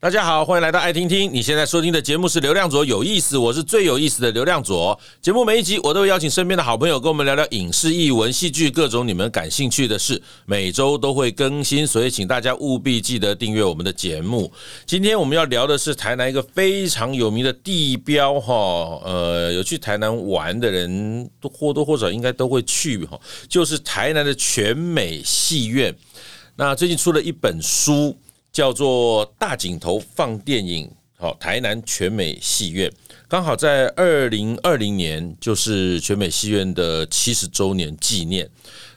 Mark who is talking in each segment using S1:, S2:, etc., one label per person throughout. S1: 大家好，欢迎来到爱听听。你现在收听的节目是《流量左有意思》，我是最有意思的流量左。节目每一集我都会邀请身边的好朋友跟我们聊聊影视、艺文、戏剧各种你们感兴趣的事，每周都会更新，所以请大家务必记得订阅我们的节目。今天我们要聊的是台南一个非常有名的地标哈，呃，有去台南玩的人都或多或少应该都会去哈，就是台南的全美戏院。那最近出了一本书，叫做《大井头放电影》，好，台南全美戏院刚好在二零二零年，就是全美戏院的七十周年纪念。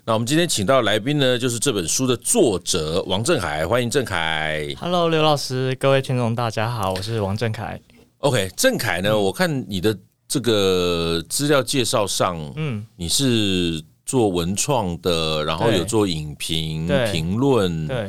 S1: 那我们今天请到来宾呢，就是这本书的作者王振凯，欢迎振凯。
S2: Hello，刘老师，各位听众大家好，我是王振凯。
S1: OK，振凯
S2: 嗯
S1: 呢，我看你的这个资料介绍上，
S2: 嗯，
S1: 你是做文创的，然后
S2: 对
S1: 有做影评、
S2: 对
S1: 评论，
S2: 对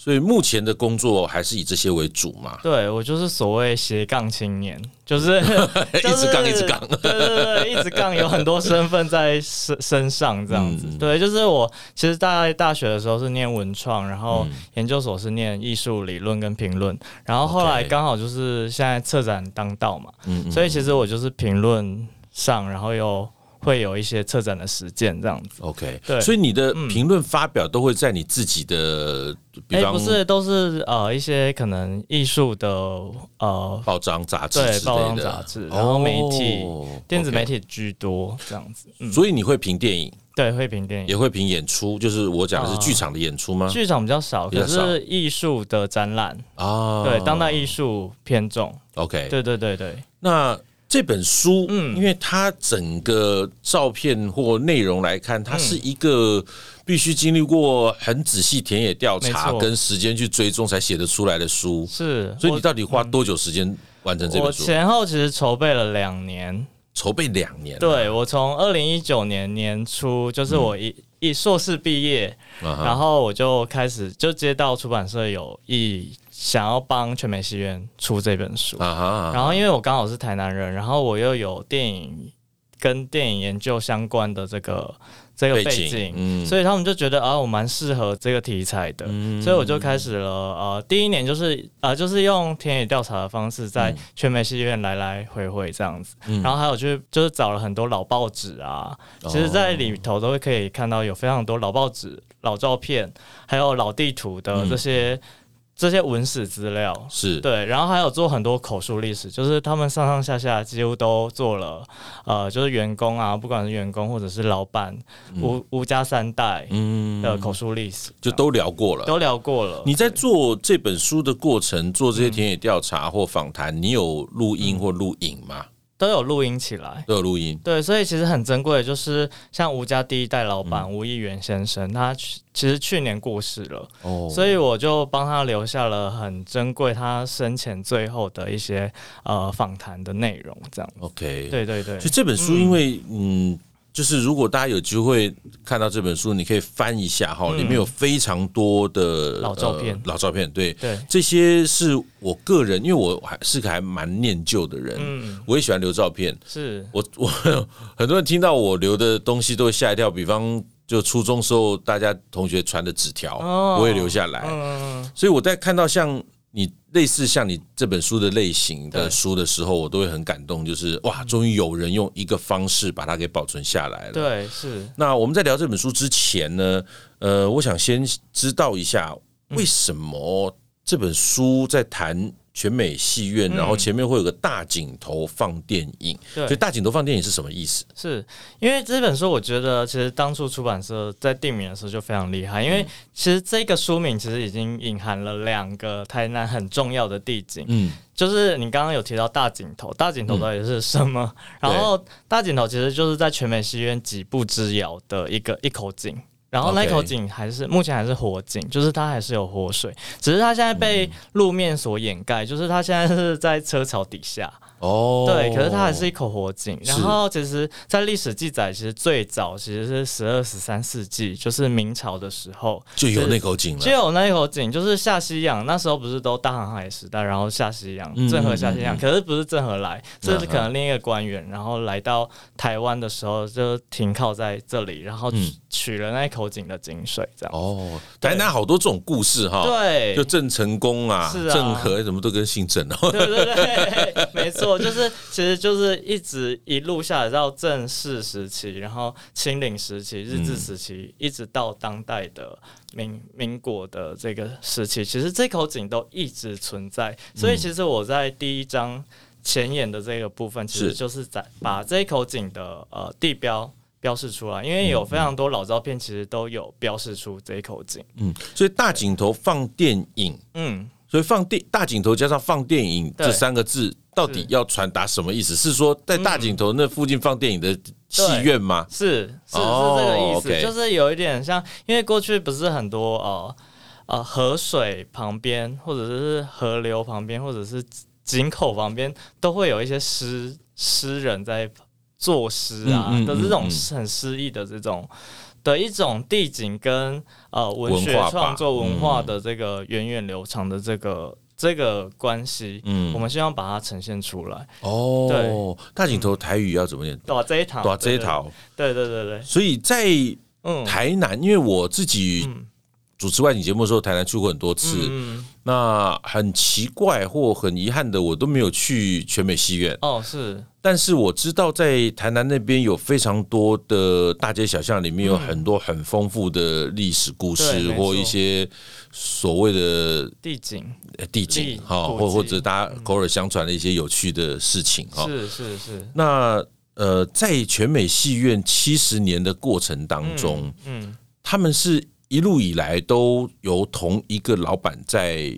S1: 所以目前的工作还是以这些为主嘛。
S2: 对，我就是所谓斜杠青年，就 是
S1: 一直杠一直杠，
S2: 对对对，一直杠，有很多身份在身身上这样子。
S1: 嗯
S2: 对，就是我其实在大学的时候是念文创，然
S1: 嗯
S2: 后研究所是念艺术理论跟评论，然后后来
S1: OK
S2: 刚好就是现在策展当道嘛，
S1: 嗯嗯
S2: 所以其实我就是评论上，然后又会有一些策展的实践这样子。
S1: OK，
S2: 对嗯
S1: 所以你的评论发表都会在你自己的，比
S2: 哎、
S1: 方
S2: 不是，都是呃一些可能艺术的呃
S1: 报章、杂志
S2: 对
S1: 之
S2: 报
S1: 类
S2: 章
S1: 的，
S2: 杂志，然后媒体、
S1: 哦
S2: 电子媒
S1: OK
S2: 体居多这样子。嗯，
S1: 所以你会评电影，
S2: 对，会评电
S1: 也
S2: 影，
S1: 会评演出，就是我讲的是
S2: 啊
S1: 剧场的演出吗？
S2: 剧场比较少，
S1: 比较
S2: 可
S1: 少
S2: 是艺术的展览，
S1: 啊，
S2: 对当代艺术偏重。
S1: OK，
S2: 对对对对，
S1: 那。这本书，
S2: 嗯
S1: 因为它整个照片或内容来看，它是一个必须经历过很仔细田野调查
S2: 嗯没错
S1: 跟时间去追踪才写得出来的书。
S2: 是。
S1: 所以你
S2: 我
S1: 到底花多久时间完成这
S2: 我
S1: 本书？
S2: 前后其实筹备了两年，
S1: 筹备两年，啊
S2: 对我从二零一九年年初，就是我一、一硕士毕业，
S1: 嗯啊哈
S2: 然后我就开始就接到出版社有意想要帮全美戏院出这本书，
S1: 啊哈啊哈，
S2: 然后因为我刚好是台南人，然后我又有电影跟电影研究相关的这个这个背景，嗯
S1: 嗯
S2: 所以他们就觉得啊，我蛮适合这个题材的，所以我就开始了呃，第一年就是呃，就是用田野调查的方式，在全美戏院来来回回这样子，然后还有去就是找了很多老报纸啊，其实在里头都会可以看到有非常多老报纸、老照片，还有老地图的这些、这些文史资料，
S1: 是
S2: 对，然后还有做很多口述历史，就是他们上上下下几乎都做了，呃，就是员工啊，不管是员工或者是老板，吴吴家三代
S1: 嗯，
S2: 的口述历史，
S1: 就都聊过了。
S2: 都聊过了。
S1: 你在做这本书的过程，做
S2: 嗯
S1: 这些田野调查或访谈，你有录音或录影吗？
S2: 都有录音起来。
S1: 都有录音。
S2: 对，所以其实很珍贵，的就是像吴家第一代老
S1: 嗯
S2: 板吴、一元先生，他去其实去年过世了，
S1: 哦
S2: 所以我就帮他留下了很珍贵他生前最后的一些呃访谈的内容，这样。
S1: 哦，OK。
S2: 对对对
S1: 所以，这本书，因为嗯，就是如果大家有机会看到这本书，你可以翻一下哈，里面有非常多的
S2: 嗯老照片
S1: 呃老照片对。
S2: 对，
S1: 这些是我个人，因为我还是个还蛮念旧的人，
S2: 嗯，
S1: 我也喜欢留照片，
S2: 是。
S1: 我我很多人听到我留的东西都会吓一跳，比方就初中时候大家同学传的纸条，
S2: 哦
S1: 我也留下来。
S2: 嗯，
S1: 所以我在看到像你类似像你这本书的类型的
S2: 对
S1: 书的时候，我都会很感动，就是哇，终于有人用一个方式把它给保存下来了。
S2: 对，是
S1: 那我们在聊这本书之前呢，呃，我想先知道一下
S2: 嗯
S1: 为什么这本书在谈全美戏院，然后前面会有个大镜头放电影，
S2: 嗯对
S1: 所以大镜头放电影是什么意思？
S2: 是，因为这本书我觉得其实当初出版社在定名的时候就非常厉害，因
S1: 嗯
S2: 为其实这个书名其实已经隐含了两个台南很重要的地景，
S1: 嗯，
S2: 就是你刚刚有提到大井头，大井头到底是什么？
S1: 嗯对
S2: 然后大井头其实就是在全美戏院几步之遥的一个一口井。然后那
S1: OK
S2: 口井还是目前还是活井，就是它还是有活水，只是它现在
S1: 嗯
S2: 被路面所掩盖，就是它现在是在车槽底下。
S1: 哦，
S2: 对，可是它还是一口活井。
S1: 是
S2: 然后其实，在历史记载，其实最早其实是十二、十三世纪，就是明朝的时候
S1: 就有那口井
S2: 就
S1: 了。
S2: 有那一口井，就是下西洋那时候不是都大航海时代，然后下西洋
S1: 嗯，
S2: 郑和下西洋，
S1: 嗯嗯
S2: 可是不是郑和来，这
S1: 嗯
S2: 是可能另一个官员，然后来到台湾的时候就停靠在这里，然后
S1: 嗯
S2: 取了那一口井的井水，这样。
S1: 哦，台南好多这种故事哈，
S2: 对
S1: 就郑成功啊，
S2: 是啊
S1: 郑和什么都跟姓郑 哦，
S2: 对对对，没错，就是其实就是一直一路下来到正式时期，然后清领时期、日治时期，一直到当代的民民国的这个时期，其实这口井都一直存在。所以其实我在第一章前言的这个部分，其实
S1: 是
S2: 就是在把这口井的呃地标。标示出来，因为有非常多老照片，其实都有标示出这一口井。
S1: 嗯，所以大井头放电影，
S2: 嗯，
S1: 所以放电大井头加上放电影
S2: 对
S1: 这三个字，到底
S2: 是
S1: 要传达什么意思？是说在大井头那附近放电影的戏院吗？
S2: 是是是这个
S1: 哦
S2: 意思，
S1: OK
S2: 就是有一点像，因为过去不是很多呃呃河水旁边，或者是河流旁边，或者是井口旁边，都会有一些诗诗人在作诗啊
S1: 嗯嗯
S2: 的这种
S1: 嗯
S2: 很诗意的这种。的一种地景跟呃文学
S1: 文化吧
S2: 创作文化
S1: 嗯
S2: 的这个源远流长的这个这个关系，
S1: 嗯
S2: 我们希望把它呈现出来。
S1: 哦，大井头台语要怎么念？
S2: 对吧？这一堂，
S1: 对啊，这一，条，
S2: 嗯对对对对，
S1: 所以在
S2: 嗯，
S1: 台南，因为我自己
S2: 嗯
S1: 主持外景节目的时候，台南去过很多次，
S2: 嗯嗯
S1: 那很奇怪或很遗憾的，我都没有去全美戏院。
S2: 哦，是，
S1: 但是我知道，在台南那边有非常多的大街小巷，里面有很多很丰富的历史故
S2: 对
S1: 事，
S2: 没错
S1: 或一些所谓的
S2: 地景
S1: 呃地景
S2: 历
S1: 哈，或
S2: 古迹嗯
S1: 或者大家口耳相传的一些有趣的事情哈。
S2: 是是是，
S1: 那呃，在全美戏院七十年的过程当中，
S2: 嗯，
S1: 他们是一路以来都由同一个老板在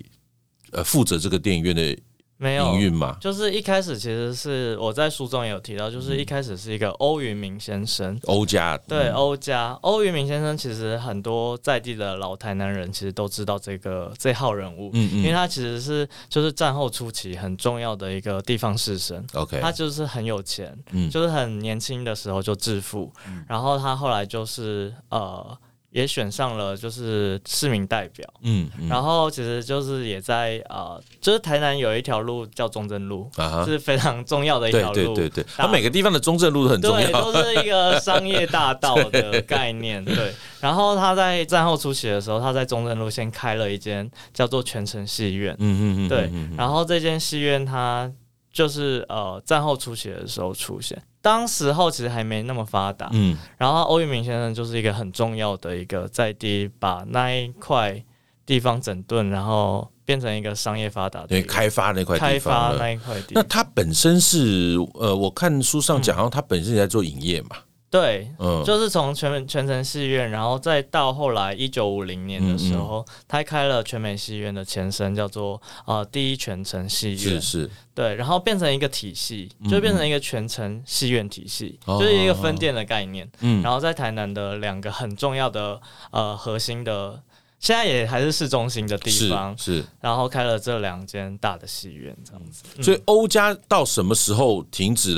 S1: 呃负责这个电影院的
S2: 没有
S1: 营，运嘛？
S2: 就是一开始其实是我在书中也有提到，就是
S1: 嗯
S2: 一开始是一个欧云明先生。
S1: 欧家
S2: 对欧家欧云明先生，其实很多在地的老台南人其实都知道这个这号人物，
S1: 嗯
S2: 因为
S1: 嗯
S2: 他其实是就是战后初期很重要的一个地方士绅，
S1: 嗯，OK，
S2: 他就是很有钱，
S1: 嗯
S2: 就是很年轻的时候就致富，然后他后来就是呃也选上了就是市民代表，
S1: 嗯嗯
S2: 然后其实就是也在呃，就是台南有一条路叫中正路，
S1: 啊哈
S2: 是非常重要的一
S1: 对
S2: 条路，
S1: 对对对，它
S2: 大
S1: 每个地方的中正路都很重
S2: 对，
S1: 要。
S2: 都是一个商业大道 的概念。对，然后他在战后初期的时候，他在中正路先开了一间叫做全城戏院，
S1: 嗯嗯嗯，
S2: 对
S1: 嗯，
S2: 然后这间戏院它就是呃战后初期的时候出现，当时候其实还没那么发达，
S1: 嗯
S2: 然后欧玉明先生就是一个很重要的一个在地，把那一块地方整顿，然后变成一个商业发达的
S1: 对，
S2: 一个
S1: 开发那块
S2: 开
S1: 地
S2: 发
S1: 方了。
S2: 那一块地
S1: 那。它本身是呃，我看书上讲，然后它本身也在做影业嘛，
S2: 对，
S1: 嗯，
S2: 就是从全全城戏院，然后再到后来一九五零年的时
S1: 嗯
S2: 候，他开了全美戏院的前身，叫做呃第一全城戏
S1: 是
S2: 院。
S1: 是
S2: 对，然后变成一个体系，
S1: 嗯
S2: 就变成一个全城戏院体系，
S1: 哦
S2: 就是一个分店的概念。
S1: 嗯
S2: 然后在台南的两个很重要的呃核心的，现在也还是市中心的地
S1: 是
S2: 方，
S1: 是。
S2: 然后开了这两间大的戏院，这样子。
S1: 所以欧家到什么时候停止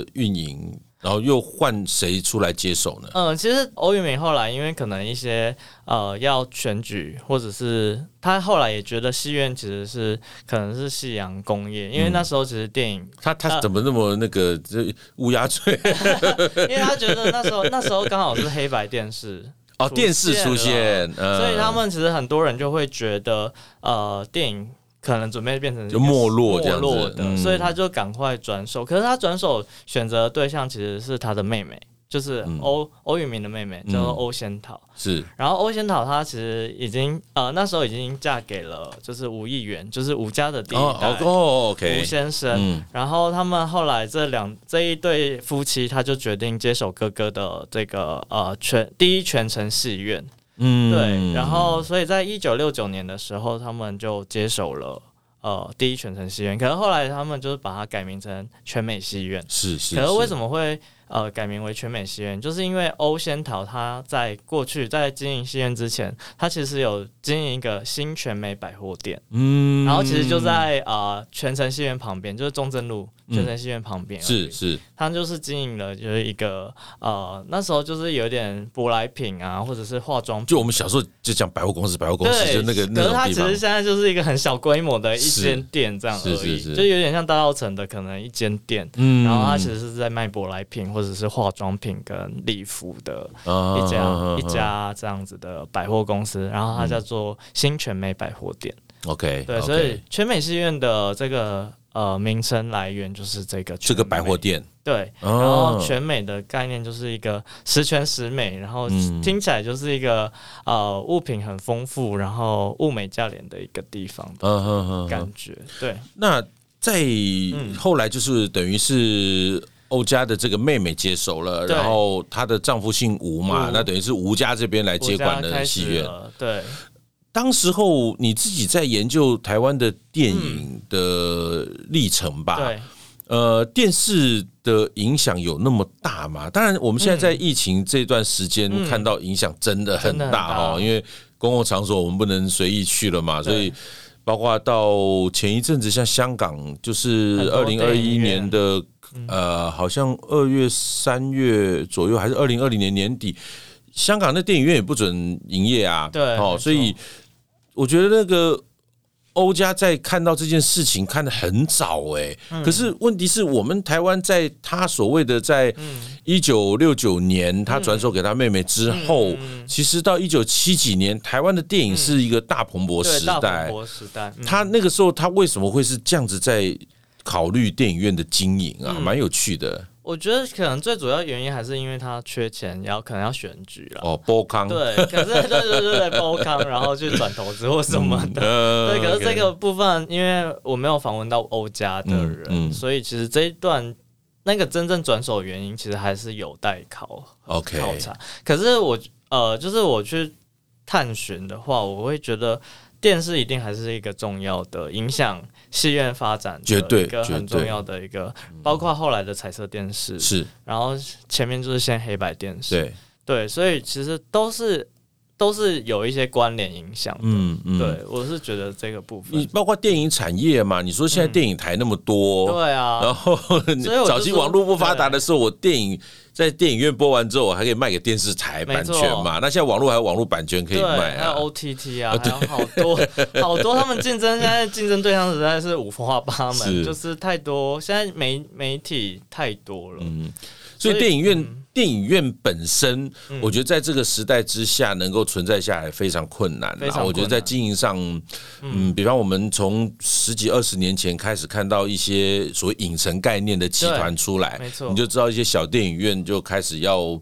S1: 了运营，然后又换谁出来接手呢？
S2: 嗯，其实欧玉明后来因为可能一些呃要选举，或者是他后来也觉得戏院其实是可能是夕阳工业，因为
S1: 嗯
S2: 那时候其实电影，
S1: 他他怎么那么那个这乌鸦嘴
S2: 因为他觉得那时候那时候刚好是黑白电视，
S1: 哦，电视出现，嗯
S2: 所以他们其实很多人就会觉得呃电影。可能准备变成
S1: 就没落这
S2: 没
S1: 样子
S2: 落的，
S1: 嗯
S2: 所以他就赶快转手。可是他转手选择的对象其实是他的妹妹，就是欧欧玉明的妹妹，叫做
S1: 嗯
S2: 欧仙桃。
S1: 是
S2: 然后欧仙桃她其实已经呃那时候已经嫁给了就是吴议员，就是吴家的第一
S1: 哦
S2: 代
S1: 哦
S2: 吴
S1: ，OK，
S2: 先生。
S1: 嗯
S2: 然后他们后来这两这一对夫妻，他就决定接手哥哥的这个呃全第一全城戏院，
S1: 嗯
S2: 对。然后所以在一九六九年的时候，他们就接手了呃第一全城戏院，可是后来他们就是把它改名成全美戏院。
S1: 是是，
S2: 可是为
S1: 么
S2: 什么会呃改名为全美戏院？就是因为欧仙桃他在过去在经营戏院之前，他其实有经营一个新全美百货店，
S1: 嗯
S2: 然后其实就在呃全城戏院旁边，就是中正路全城戏院旁边、
S1: 是，是
S2: 他就是经营了就是一个呃那时候就是有点舶来品啊，或者是化妆品。
S1: 就我们小时候就讲百货公司，百货公司
S2: 对，
S1: 就那个
S2: 可
S1: 那
S2: 是
S1: 种
S2: 它
S1: 地
S2: 其
S1: 方
S2: 实，现在就是一个很小规模的一
S1: 是
S2: 间店这样而
S1: 是
S2: 已，
S1: 是是
S2: 就有点像大稻城的可能一间店，
S1: 嗯
S2: 然后它其实是在卖舶来品或者是化妆品跟礼服的
S1: 啊
S2: 一家、
S1: 啊
S2: 一家这样子的百货公司，然后它叫做新全美百货店。
S1: OK，
S2: 对，所以全美戏院的这个呃名称来源就是这个
S1: 这个
S2: 全美
S1: 百货店
S2: 对，然
S1: 哦
S2: 后全美的概念就是一个十全十美，然后
S1: 嗯
S2: 听起来就是一个呃物品很丰富，然后物美价廉的一个地方的
S1: 嗯哼哼哼，
S2: 感觉。对，
S1: 那在后来就是等于是。欧家的这个妹妹接手了，
S2: 对
S1: 然后她的丈夫姓吴嘛，
S2: 吴
S1: 那等于是吴家这边来接
S2: 国家
S1: 管
S2: 开
S1: 的
S2: 始
S1: 戏院。
S2: 了对，
S1: 当时候你自己在研究台湾的电影的历程吧？
S2: 对，
S1: 呃，电视的影响有那么大吗？当然，我们现在在疫情这段时间
S2: 嗯
S1: 看到影响真的很
S2: 真的很
S1: 大
S2: 大
S1: 哦，因为公共场所我们不能随意去了嘛，
S2: 对
S1: 所以包括到前一阵子，像香港就是
S2: 很
S1: 二
S2: 多
S1: 零二
S2: 电
S1: 一
S2: 影院
S1: 年的呃，好像二月、三月左右，还是二零二零年年底，香港的电影院也不准营业啊，
S2: 对没
S1: 哦
S2: 错，
S1: 所以我觉得那个欧家在看到这件事情看得很早哎、
S2: 嗯
S1: 可是问题是我们台湾在他所谓的在
S2: 嗯
S1: 一九六九年他转手给他妹妹之
S2: 嗯
S1: 后，其实到一九七几年，台湾的电影是一个大蓬勃
S2: 对
S1: 时
S2: 大
S1: 代
S2: 蓬。勃时代，嗯
S1: 他那个时候他为什么会是这样子在考虑电影院的经营
S2: 嗯
S1: 啊？蛮有趣的
S2: 我觉得可能最主要原因还是因为他缺钱，要可能要选举了。
S1: 哦，波康
S2: 对，可是对对对对，包康，然后去转投资或什么的。
S1: 呃
S2: 对，可是这
S1: OK
S2: 个部分，因为我没有访问到欧家的
S1: 嗯
S2: 人，
S1: 嗯
S2: 所以其实这一段那个真正转手原因，其实还是有待考
S1: OK
S2: 考察。可是我呃，就是我去探寻的话，我会觉得电视一定还是一个重要的影响戏院发展的
S1: 绝对
S2: 一个
S1: 绝
S2: 很
S1: 对嗯
S2: 重要的一个，包括后来的彩色电视，
S1: 是
S2: 然后前面就是先黑白电视，
S1: 对，
S2: 对，所以其实都是都是有一些关联影响的。
S1: 嗯嗯，。
S2: 对，我是觉得这个部分
S1: 你，包括电影产业嘛？你说现在电影台那么多，
S2: 嗯对啊，
S1: 然后
S2: 就
S1: 早期
S2: 说
S1: 网络不发达的时候，我电影在电影院播完之后，我还可以卖给电视台版权嘛。那现在网络还有网络版权可以
S2: 对，
S1: 卖
S2: 还有
S1: 啊。
S2: OTT 啊，还有好 多好多，他们竞争现在竞争对象实在是五花八
S1: 是
S2: 门，就是太多，现在媒媒体太多了，
S1: 嗯，所以
S2: 所以
S1: 电影院、
S2: 嗯
S1: 电影院本身，我觉得在这个时代之下能够存在下来非常困难
S2: 非常
S1: 啦。
S2: 困难
S1: 我觉得在经营上，嗯，比方我们从十几二十年前开始看到一些所谓影城概念的集团出来，
S2: 没错
S1: 你就知道一些小电影院就开始要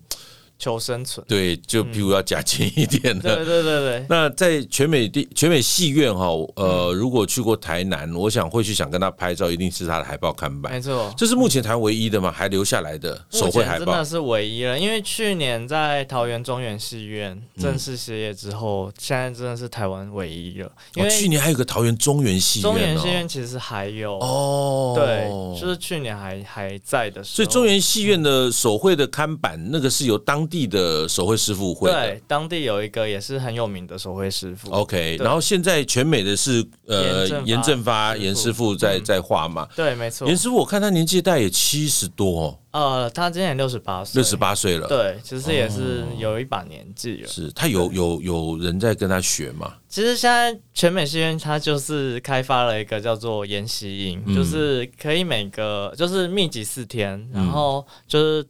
S2: 求生存。
S1: 对，就譬如要加钱一点了。
S2: 嗯对对对对，
S1: 那在全美地全美戏院哈，呃，
S2: 嗯
S1: 如果去过台南，我想会去想跟他拍照，一定是他的海报看板
S2: 没。错。
S1: 这是目前台湾唯一的吗？还留下来的手
S2: 目
S1: 绘
S2: 前
S1: 海
S2: 真
S1: 报
S2: 的？是唯一了，因为去年在桃园中原戏院
S1: 嗯
S2: 正式歇业之后，现在真的是台湾唯一了。因
S1: 哦
S2: 为，
S1: 去年还有个桃园中原戏
S2: 中原
S1: 院
S2: 戏
S1: 哦。
S2: 院其实还有，
S1: 哦，
S2: 对，就是去年还还在的时候，
S1: 所以中原戏院的手绘的看板，那个是由当地的手绘师傅绘的。
S2: 对当地有一个也是很有名的手绘师傅。
S1: OK，
S2: 对
S1: 然后现在全美的是呃
S2: 严正发
S1: 严正发
S2: 师傅嗯
S1: 严师傅在在画嘛。
S2: 对，没错
S1: 严。师傅，我看他年纪大也七十多，哦，
S2: 呃，他今年六十八岁，
S1: 六十，八岁了。哦
S2: 对，其实也是有一把年纪了。
S1: 是他有有有人在跟他学嘛？
S2: 其实现在全美戏院它就是开发了一个叫做研习营，
S1: 嗯
S2: 就是可以每个就是密集四天，然后就是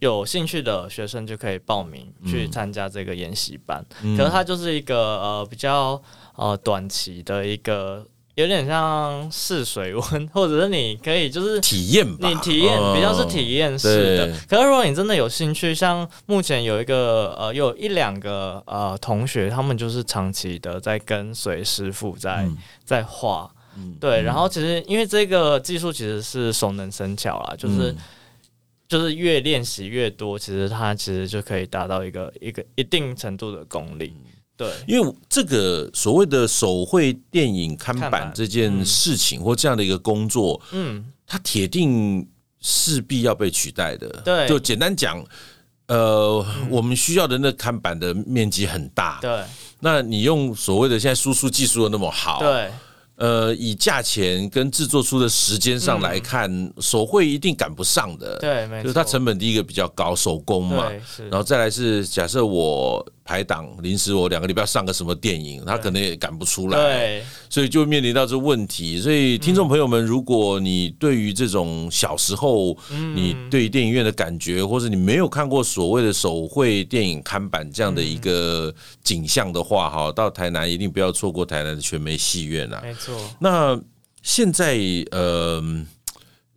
S2: 有兴趣的学生就可以报名
S1: 嗯
S2: 去参加这个研习班。可是它就是一个呃比较呃短期的一个，有点像试水温，或者是你可以就是
S1: 体验吧，
S2: 你体验
S1: 嗯
S2: 比较是体验式的
S1: 对，
S2: 可是如果你真的有兴趣，像目前有一个呃，有一两个呃同学，他们就是长期的在跟随师傅在、
S1: 嗯
S2: 在画，对，然后其实因为这个技术其实是熟能生巧啦，就是、
S1: 嗯
S2: 就是越练习越多，其实它其实就可以达到一个一个一定程度的功力，对，
S1: 因为这个所谓的手绘电影看
S2: 看
S1: 板
S2: 板
S1: 这件事情或这样的一个工作，
S2: 嗯，
S1: 它铁定势必要被取代的。
S2: 对嗯
S1: 就简单讲，呃，我们需要的那看板的面积很大，
S2: 对
S1: 那你用所谓的现在输出技术又那么好，
S2: 对，
S1: 呃，以价钱跟制作出的时间上来看，手绘一定赶不上的。
S2: 嗯对没错
S1: 就是它成本第一个比较高，手工嘛。
S2: 对是
S1: 然后再来是假设我排档，临时我两个礼拜上个什么电影，他可能也赶不出来，
S2: 对，
S1: 所以就面临到这问题。所以听众朋友们，如果你对于这种小时候
S2: 嗯
S1: 你对电影院的感觉，或者你没有看过所谓的手绘电影看板这样的一
S2: 嗯
S1: 个景象的话，哈，到台南一定不要错过台南的全美戏院啊。
S2: 没错，
S1: 那现在呃，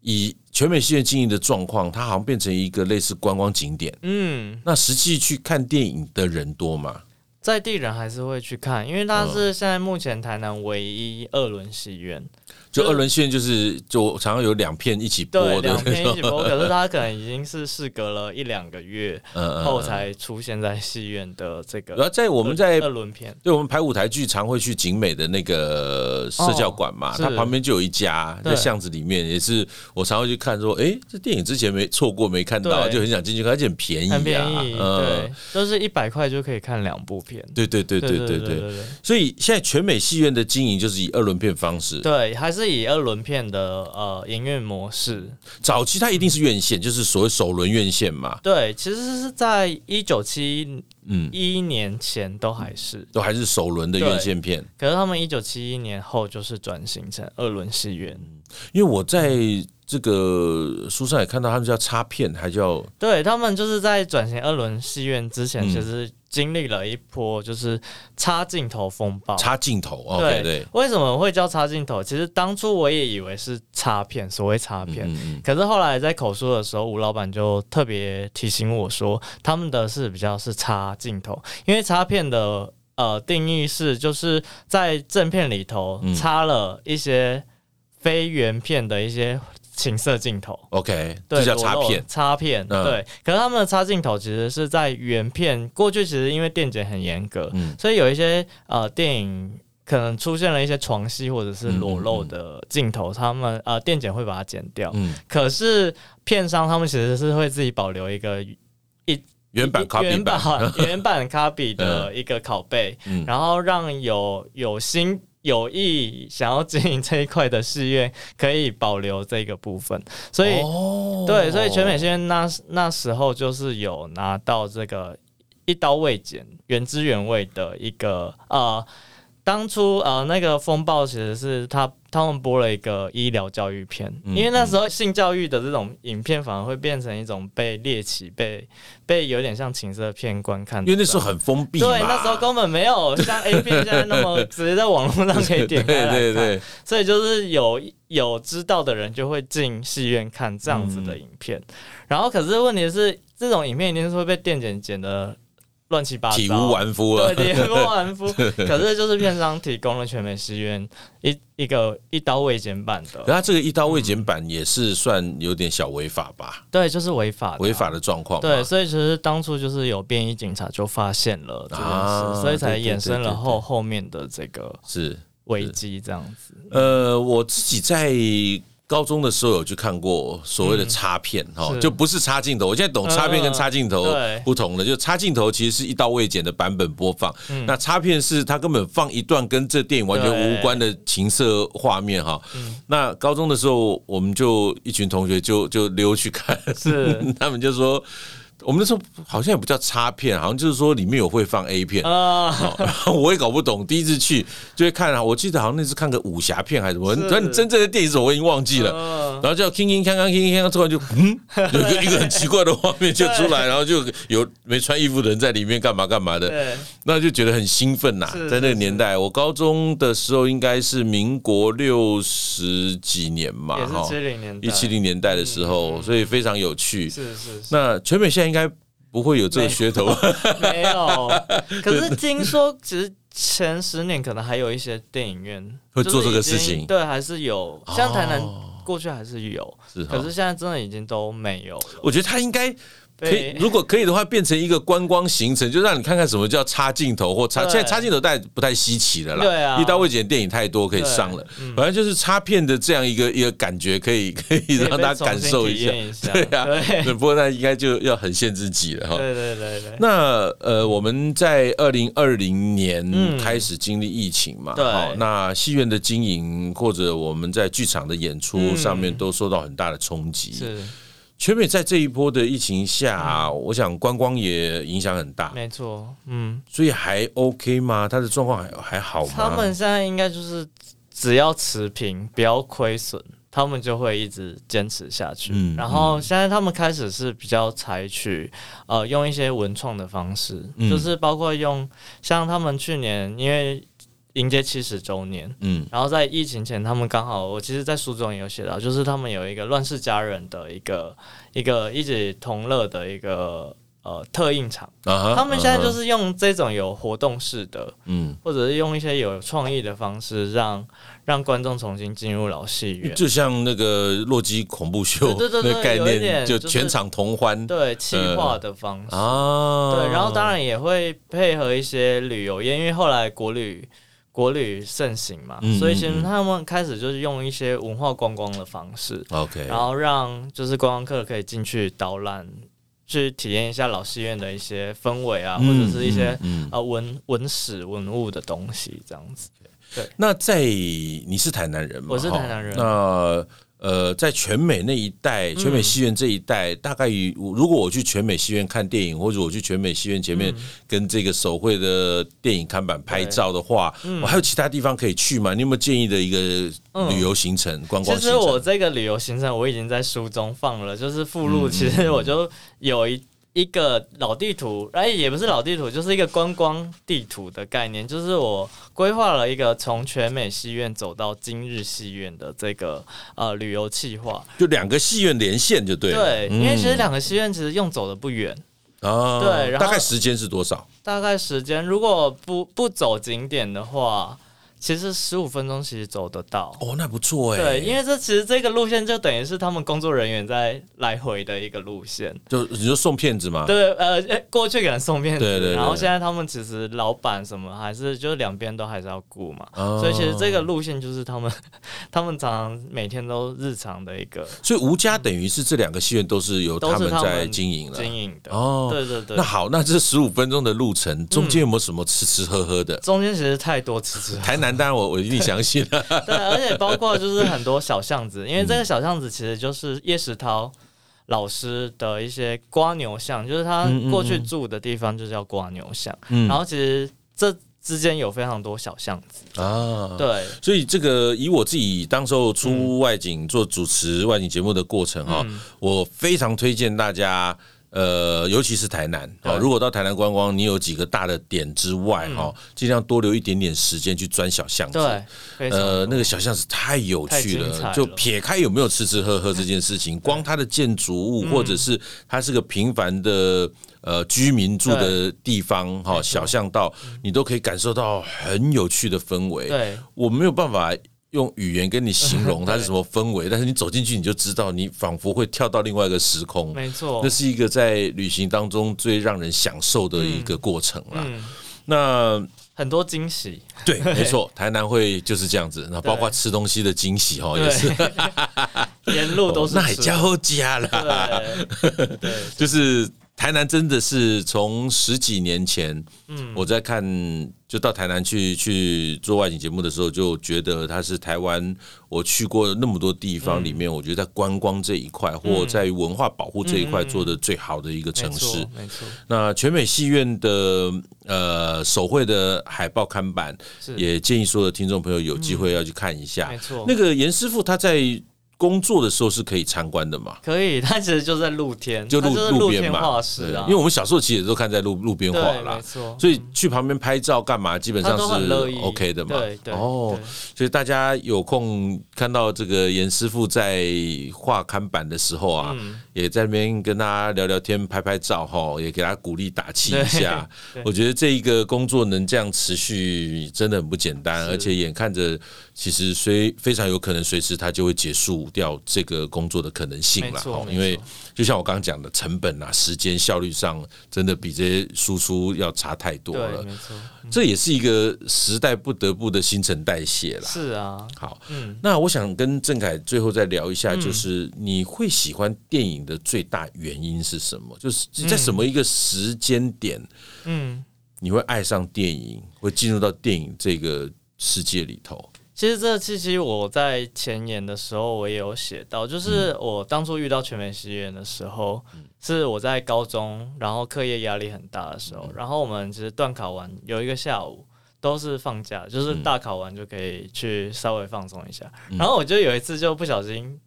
S1: 以全美戏院经营的状况，它好像变成一个类似观光景点。
S2: 嗯，
S1: 那实际去看电影的人多吗？
S2: 在地人还是会去看，因为它
S1: 嗯
S2: 是现在目前台南唯一二轮戏院，
S1: 就
S2: 就是
S1: 二轮线就是就常常有两片一起播
S2: 对，
S1: 的
S2: 两，天一 起播，可是它可能已经是事隔了一两个月
S1: 嗯嗯
S2: 后才出现在戏院的这
S1: 然后
S2: 个
S1: 在我们在
S2: 二轮片，
S1: 对我们排舞台剧常会去景美的那个社教馆嘛，
S2: 哦是
S1: 它旁边就有一家在
S2: 对
S1: 巷子里面，也是我常会去看说，诶，这电影之前没错过没看到，
S2: 对
S1: 就很想进去看，而且很便宜啊，
S2: 很便宜，
S1: 嗯
S2: 对，就是一百块就可以看两部片，
S1: 对对对对对
S2: 对
S1: 对，
S2: 对。
S1: 所以现在全美戏院的经营就是以二轮片方式，
S2: 对，还是以二轮片的呃营运模式。
S1: 早期它一定是院线，就是所谓首轮院线嘛，
S2: 对，其实是在一九七
S1: 嗯，
S2: 一年前都还是，
S1: 都还是首轮的院线片。
S2: 可是他们一九七一年后就是转型成二轮戏院。
S1: 因为我在这个书上也看到，他们叫插片，还叫
S2: 对他们就是在转型二轮戏院之前，
S1: 嗯
S2: 其实经历了一波就是插镜头风暴。
S1: 插镜头。
S2: 对
S1: OK，对，
S2: 为什么会叫插镜头？其实当初我也以为是插片，所谓插片。
S1: 嗯嗯
S2: 可是后来在口述的时候，吴老板就特别提醒我说，他们的是比较是插镜头，因为插片的呃定义是就是在正片里头
S1: 嗯
S2: 插了一些非原片的一些情色镜头。
S1: ，OK，
S2: 对，
S1: 这叫插
S2: 裸露
S1: 片。
S2: 插片，
S1: 嗯
S2: 对。可是他们的插镜头其实是在原片，过去其实因为电检很严格，
S1: 嗯
S2: 所以有一些呃电影可能出现了一些床戏或者是裸露的镜头，他们呃电检会把它剪掉。
S1: 嗯，
S2: 可是片商他们其实是会自己保留一个
S1: 原版 copy
S2: 原
S1: 版，
S2: 版原版 copy 的一个拷贝，
S1: 嗯
S2: 然后让有有心有意想要经营这一块的戏院可以保留这个部分，所以、
S1: 哦
S2: 对，所以全美戏院那那时候就是有拿到这个一刀未剪、原汁原味的一个呃。当初呃，那个风暴其实是他他们播了一个医疗教育片，
S1: 嗯
S2: 因为那时候性教育的这种影片反而会变成一种被猎奇、被被有点像情色片观看的
S1: 因为那
S2: 状态，
S1: 时候很封闭嘛，
S2: 对那时候根本没有像 A 片现在那么 直接在网络上可以点开来
S1: 对
S2: 看，
S1: 对对，
S2: 所以就是有有知道的人就会进戏院看这样子
S1: 嗯
S2: 的影片，然后可是问题是，这种影片一定是会被电剪剪的乱七八糟，
S1: 体无完肤啊，
S2: 对，体无 完肤。可是就是片商提供了全美戏院一一个一刀未剪版的，
S1: 然后这个一刀未剪版也是算有点小违法吧，
S2: 对，就是违法的啊
S1: 违法的状况嘛。
S2: 对，所以其实当初就是有便衣警察就发现了这件事，
S1: 啊
S2: 所以才
S1: 对对对
S2: 衍生
S1: 对对
S2: 了后后面的这个
S1: 是
S2: 危机这样 子。
S1: 呃，我自己在高中的时候有去看过所谓的插片哈、
S2: 嗯是
S1: 就不是插镜头。我现在懂插片跟插镜头
S2: 嗯对
S1: 不同了，就插镜头其实是一刀未剪的版本播放，
S2: 嗯
S1: 那插片是它根本放一段跟这电影完全
S2: 对
S1: 无关的情色画面哈。那高中的时候，我们就一群同学就就溜去看，
S2: 是
S1: 他们就说。我们那时候好像也不叫插片，好像就是说里面有会放 A 片，
S2: 啊、
S1: 哦然后我也搞不懂，第一次去就会看啊，我记得好像那次看个武侠片还是什么，
S2: 是
S1: 但真正的电影是什么我已经忘记了。
S2: 嗯
S1: 然后就听听看看听听看，突然就嗯， 有一个一个很奇怪的画面就出来，然后就有没穿衣服的人在里面干嘛干嘛的，
S2: 对，
S1: 那就觉得很兴奋呐、
S2: 是
S1: 在那个
S2: 是
S1: 年代，我高中的时候应该是民国六十几年嘛，
S2: 也是七零年代，嗯
S1: 一七零年代的时候，所以非常有趣。
S2: 是是是，
S1: 那全美现在应该不会有这个噱头吧，
S2: 没有。可是听说，其实前十年可能还有一些电影院
S1: 会做这个
S2: 就是已经
S1: 事情
S2: 对，还是有，像台南
S1: 哦
S2: 过去还是有，
S1: 是啊哈
S2: 可是现在真的已经都没有了。
S1: 我觉得他应该可以
S2: 对，
S1: 如果可以的话，变成一个观光行程，就让你看看什么叫插镜头或插。
S2: 对
S1: 现在插镜头大概不太稀奇了啦，
S2: 对啊
S1: 一刀未剪电影太多可以上了，反正就是插片的这样一个一个感觉，可以 可以让大家感受一下
S2: 可以被重新体验一。下
S1: 对啊，
S2: 对
S1: 不过那应该就要很限制级了哈。
S2: 对对对对，
S1: 那呃，我们在二零二零年
S2: 嗯
S1: 开始经历疫情嘛，
S2: 对
S1: 好那戏院的经营或者我们在剧场的演出上面都受到很大的冲击。
S2: 嗯是
S1: 全美在这一波的疫情下、啊，我想观光也影响很大，
S2: 嗯没错，嗯，
S1: 所以还 OK 吗？他的状况还还好吗？
S2: 他们现在应该就是只要持平，不要亏损，他们就会一直坚持下去。
S1: 嗯
S2: 然后现在他们开始是比较采取呃用一些文创的方式，
S1: 嗯
S2: 就是包括用像他们去年因为迎接七十周年，
S1: 嗯
S2: 然后在疫情前，他们刚好，我其实，在书中也有写到，就是他们有一个乱世佳人的一个一个一起同乐的一个呃特映场，
S1: 啊哈，
S2: 他们现在就
S1: 啊哈
S2: 是用这种有活动式的，
S1: 嗯，
S2: 或者是用一些有创意的方式让，让观众重新进入老戏院，
S1: 就像那个洛基恐怖秀
S2: 对对对
S1: 那概
S2: 有一
S1: 念，
S2: 点
S1: 就
S2: 就是
S1: 全场同欢
S2: 对，气化的方式，
S1: 啊。
S2: 对，然后当然也会配合一些旅游业，因为后来国旅。国旅盛行嘛，
S1: 嗯
S2: 所以其实
S1: 嗯嗯
S2: 他们开始就是用一些文化观光的方式，
S1: OK，
S2: 然后让就是观光客可以进去导览，去体验一下老戏院的一些氛围啊，或者是一些、
S1: 嗯嗯嗯
S2: 呃文文史文物的东西这样子。
S1: 那在你是台南人吗？
S2: 我是
S1: 哈
S2: 台南人
S1: 那呃，在全美那一带，全美戏院这一带，大概以如果我去全美戏院看电影，或者我去全美戏院前
S2: 嗯
S1: 面跟这个手绘的电影看板拍照的话，我还有其他地方可以去吗？你有没有建议的一个旅游行程、观光
S2: 嗯其
S1: 行
S2: 实我
S1: 程？
S2: 这个旅游行程我已经在书中放了，就是附
S1: 嗯
S2: 录，其实我就有一。一个老地图，哎，也不是老地图，就是一个观光地图的概念。就是我规划了一个从全美戏院走到今日戏院的这个呃旅游计划。
S1: 就两个戏院连线就对了。
S2: 对，因为其实
S1: 嗯
S2: 两个戏院其实用走的不远，
S1: 啊，
S2: 对然后
S1: 大概时间是多少？
S2: 大概时间，如果不不走景点的话，其实十五分钟其实走得到。
S1: 哦，那不错哎、
S2: 对，因为这其实这个路线就等于是他们工作人员在来回的一个路线。
S1: 就你就送片子嘛。
S2: 对，呃，呃过去给人送片子，
S1: 哦对对对
S2: 然后现在他们其实老板什么还是就两边都还是要顾嘛，
S1: 哦
S2: 所以其实这个路线就是他们他们常常每天都日常的一个
S1: 所以吴家等于是这两个戏院都是由
S2: 都
S1: 他
S2: 是
S1: 们
S2: 他
S1: 在
S2: 们
S1: 经营了。
S2: 经营的。
S1: 哦
S2: 对对对
S1: 那，好，那这十五分钟的路程中间有没有什么吃吃喝喝 的？
S2: 中间其实太多吃吃喝喝
S1: 台南当然我我一定相信了，
S2: 对，而且包括就是很多小巷子，因为这个小巷子其实就是叶石涛老师的一些瓜牛巷，就是他
S1: 嗯嗯
S2: 过去住的地方就叫瓜牛巷，
S1: 嗯
S2: 然后其实这之间有非常多小巷子，
S1: 啊。
S2: 对，
S1: 所以这个以我自己当时候出外景做主持外景节目的过程哈、
S2: 嗯
S1: 我非常推荐大家。呃，尤其是台南哦，
S2: 对嗯
S1: 如果到台南观光，你有几个大的点之外哈，尽、量多留一点点时间去钻小巷子。
S2: 对，非常
S1: 呃，那个小巷子太有趣
S2: 太精彩
S1: 了，
S2: 了
S1: 就撇开有没有吃吃喝喝这件事情，光它的建筑
S2: 嗯
S1: 物或者是它是个平凡的呃居民住的地方哈，小巷道，你都可以感受到很有趣的氛围。
S2: 嗯对，
S1: 我没有办法。用语言跟你形 容它是什么氛围，但是你走进去你就知道，你仿佛会跳到另外一个时空。
S2: 没错
S1: 那，是一个在旅行当中最让人享受的一个过程啦。
S2: 嗯，
S1: 那
S2: 很多惊喜，
S1: 对，没错，
S2: 哎
S1: 台南会就是这样子，那包括吃东西的惊喜哦，也是，哦
S2: 对， 沿路 都是
S1: 那也
S2: 吃
S1: 叫家啦，
S2: 对，对，
S1: 就是。台南真的是从十几年前，
S2: 嗯
S1: 我在看就到台南去去做外景节目的时候，就觉得它是台湾我去过那么多地方里
S2: 嗯
S1: 面，我觉得在观光这一块或在文化保护这一块
S2: 嗯嗯嗯
S1: 做的最好的一个
S2: 嗯没
S1: 城市。
S2: 错，没错，
S1: 那全美戏院的呃手绘的海报看板，
S2: 是
S1: 也建议所有的听众朋友有机会要去看一下。
S2: 没错
S1: 啊那个严师傅他在工作的时候是可以参观的嘛？
S2: 可以，它其实就在露天，
S1: 就
S2: 它
S1: 路
S2: 是
S1: 路
S2: 露
S1: 边
S2: 天
S1: 嘛
S2: 画，室
S1: 对
S2: 啊，
S1: 因为我们小时候其实也都看在路路边画
S2: 对，
S1: 啦
S2: 没，错，
S1: 所以去旁边拍照干嘛，基本上
S2: 哦他都很乐
S1: 是
S2: 意
S1: OK 的嘛。
S2: 对对
S1: 哦
S2: 对，
S1: 所以大家有空看到这个严师傅在画看板的时候啊，
S2: 嗯
S1: 也在那边跟他聊聊天、拍拍照哈，也给他鼓励打气一 下。我觉得这一个工作能这样持续，真的很不简单，而且眼看着其实虽非常有可能随时他就会结束掉这个工作的可能性
S2: 没
S1: 了，
S2: 错
S1: 齁
S2: 没
S1: 因为
S2: 错
S1: 就像我刚刚讲的，成本啊、时间效率上，真的比这些输出要差太多
S2: 对，
S1: 了。
S2: 没错，
S1: 这也是一个时代不得不的新陈代谢啦。
S2: 是啊，
S1: 好，
S2: 嗯，
S1: 那我想跟郑凯最后再聊一下，就是你会喜欢电影的最大原因是什么？就是在什么一个时间点，
S2: 嗯，
S1: 你会爱上电影，会进入到电影这个世界里头？
S2: 其实这期其实我在前言的时候我也有写到，就是我当初遇到全美戏院的时候，是我在高中，然后课业压力很大的时候，然后我们其实段考完有一个下午。都是放假，就是大考完就可以去稍微放松一下。然后我就有一次就不小心，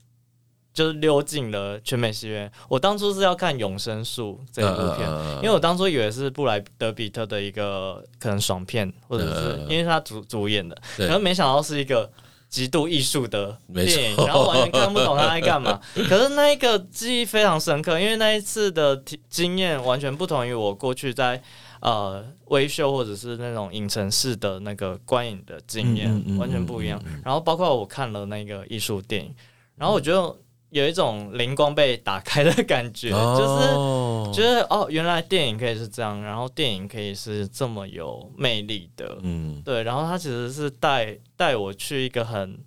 S2: 就是溜进了全美戏院。我当初是要看《永生树》这一部片，
S1: 嗯
S2: 因
S1: 呃
S2: 为我当初以为是布莱德比特的一个可能爽片，或者是因为他主主演的，
S1: 嗯对
S2: 可是没想到是一个极度艺术的
S1: 没
S2: 电影，
S1: 错
S2: 然后完全看不懂他在 干嘛。可是那一个记忆非常深刻，因为那一次的体经验完全不同于我过去在呃微秀或者是那种影城市的那个观影的经验，
S1: 嗯嗯嗯
S2: 完全不一样。然后包括我看了那个艺术电影，然后我觉得有一种灵光被打开的感觉，
S1: 哦
S2: 就是。觉得哦，原来电影可以是这样，然后电影可以是这么有魅力的，
S1: 嗯
S2: 对。然后他其实是带带我去一个很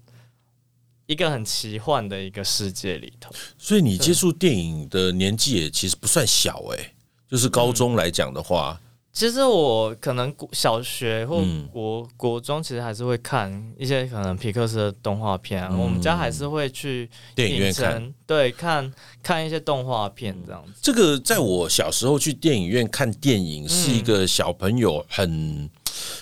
S2: 一个很奇幻的一个世界里头。
S1: 所以你接触电影的年纪也其实不算小哎、就是高中来讲的话，
S2: 其实我可能国小学或
S1: 嗯
S2: 国、国中，其实还是会看一些可能皮克斯的动画片、啊，
S1: 嗯
S2: 我们家还是会去
S1: 电影院
S2: 城
S1: 看，
S2: 对，看看一些动画片这样子。
S1: 这个在我小时候去电影院看电影是一
S2: 嗯
S1: 个小朋友很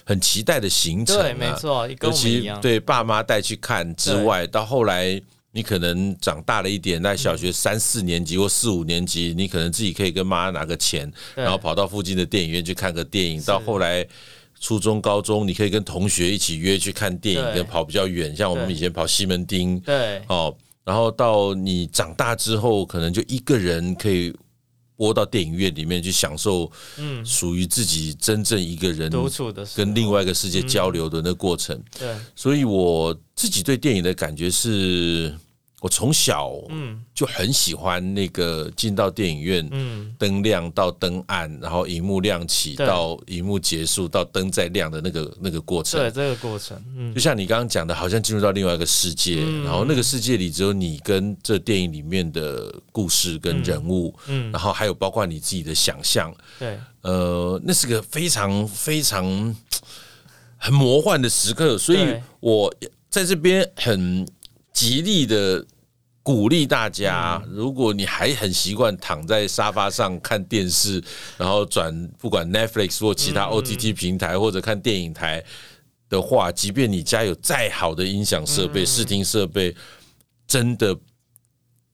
S1: 很期待的行程、啊，
S2: 对，没错，跟
S1: 尤
S2: 我们一
S1: 其
S2: 样。
S1: 对爸妈带去看之外，到后来你可能长大了一点，在小
S2: 嗯
S1: 学三四年级或四五年级，你可能自己可以跟妈拿个钱，
S2: 对
S1: 然后跑到附近的电影院去看个电影。到后来初中、高中，你可以跟同学一起约去看电影，
S2: 对
S1: 跟跑比较远，像我们
S2: 对
S1: 以前跑西门町
S2: 对
S1: 哦。然后到你长大之后，可能就一个人可以窝到电影院里面去享受
S2: 嗯，
S1: 属于自己真正一个人
S2: 独处的嗯时候
S1: 跟另外一个世界交流的那过程。
S2: 对，
S1: 所以我自己对电影的感觉是，我从小
S2: 嗯
S1: 就很喜欢那个进到电影院，
S2: 嗯，
S1: 灯亮到灯暗，然后荧幕亮起
S2: 对
S1: 到荧幕结束到灯再亮的那个那个过
S2: 对
S1: 程。
S2: 这个过程，嗯
S1: 就，像你刚刚讲的，好像进入到另外一个世界，
S2: 嗯
S1: 然后那个世界里只有你跟这电影里面的故事跟人物，
S2: 嗯
S1: 然后还有包括你自己的想象，
S2: 对，
S1: 呃，那是个非常非常很魔幻的时刻，所以
S2: 对
S1: 我在这边很极力的鼓励大家，
S2: 嗯
S1: 如果你还很习惯躺在沙发上看电视，然后转不管 Netflix 或其他
S2: 嗯
S1: OTT 平台、或者看电影台的话，即便你家有再好的音响设
S2: 嗯
S1: 备、视听设备，真的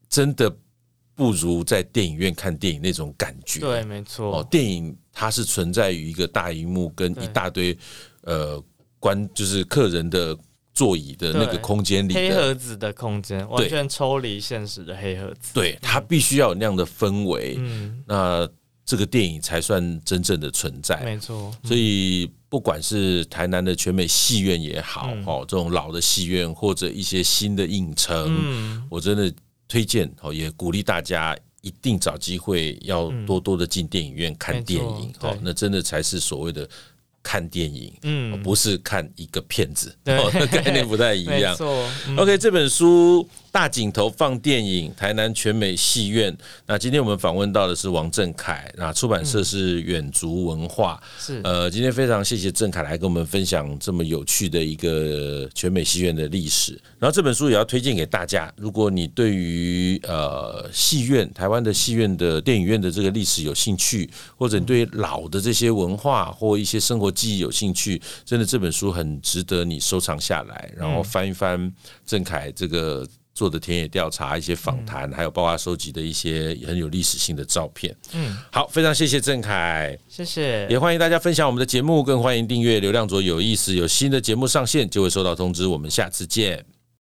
S1: 真的不如在电影院看电影那种感觉。
S2: 对，没
S1: 哦
S2: 错，，
S1: 电影它是存在于一个大荧幕跟
S2: 对
S1: 一大堆呃观就是客人的座椅的那个
S2: 对
S1: 空间里
S2: 黑
S1: 的，
S2: 盒子的空间完
S1: 对
S2: 全抽离现实的黑盒子。
S1: 对，它必须要有那样的氛围，
S2: 嗯，
S1: 那这个电影才算真正的存在。
S2: 没错，
S1: 所以不管是台南的全美戏院也好，
S2: 嗯
S1: 哦，这种老的戏院或者一些新的影城，
S2: 嗯，
S1: 我真的推荐哦，也鼓励大家。一定找机会要多多的进电影院看
S2: 嗯没错
S1: 电影，哦
S2: 对，
S1: 那真的才是所谓的看电影。
S2: 嗯，
S1: 不是看一个骗子，
S2: 对
S1: 哦 概念不哦太一
S2: 没
S1: 样。
S2: 错，嗯
S1: OK，这本书《大井头放电影》，台南全美戏院。那今天我们访问到的是王正凯，那出版
S2: 嗯
S1: 社是远足文化。
S2: 是，
S1: 呃，今天非常谢谢郑凯来跟我们分享这么有趣的一个全美戏院的历史。然后这本书也要推荐给大家，如果你对于呃戏院、台湾的戏院的电影院的这个历史有兴趣，或者你对老的这些文化或一些生活记忆有兴趣，真的这本书很值得你收藏下来，然后翻一翻郑凯这个。做的田野调查、一些访谈，还有包括他收集的一些很有历史性的照片。
S2: 嗯，
S1: 好，非常谢谢郑凯。
S2: 谢谢，
S1: 也欢迎大家分享我们的节目，更欢迎订阅《流量左有意思》，有新的节目上线就会收到通知。我们下次见，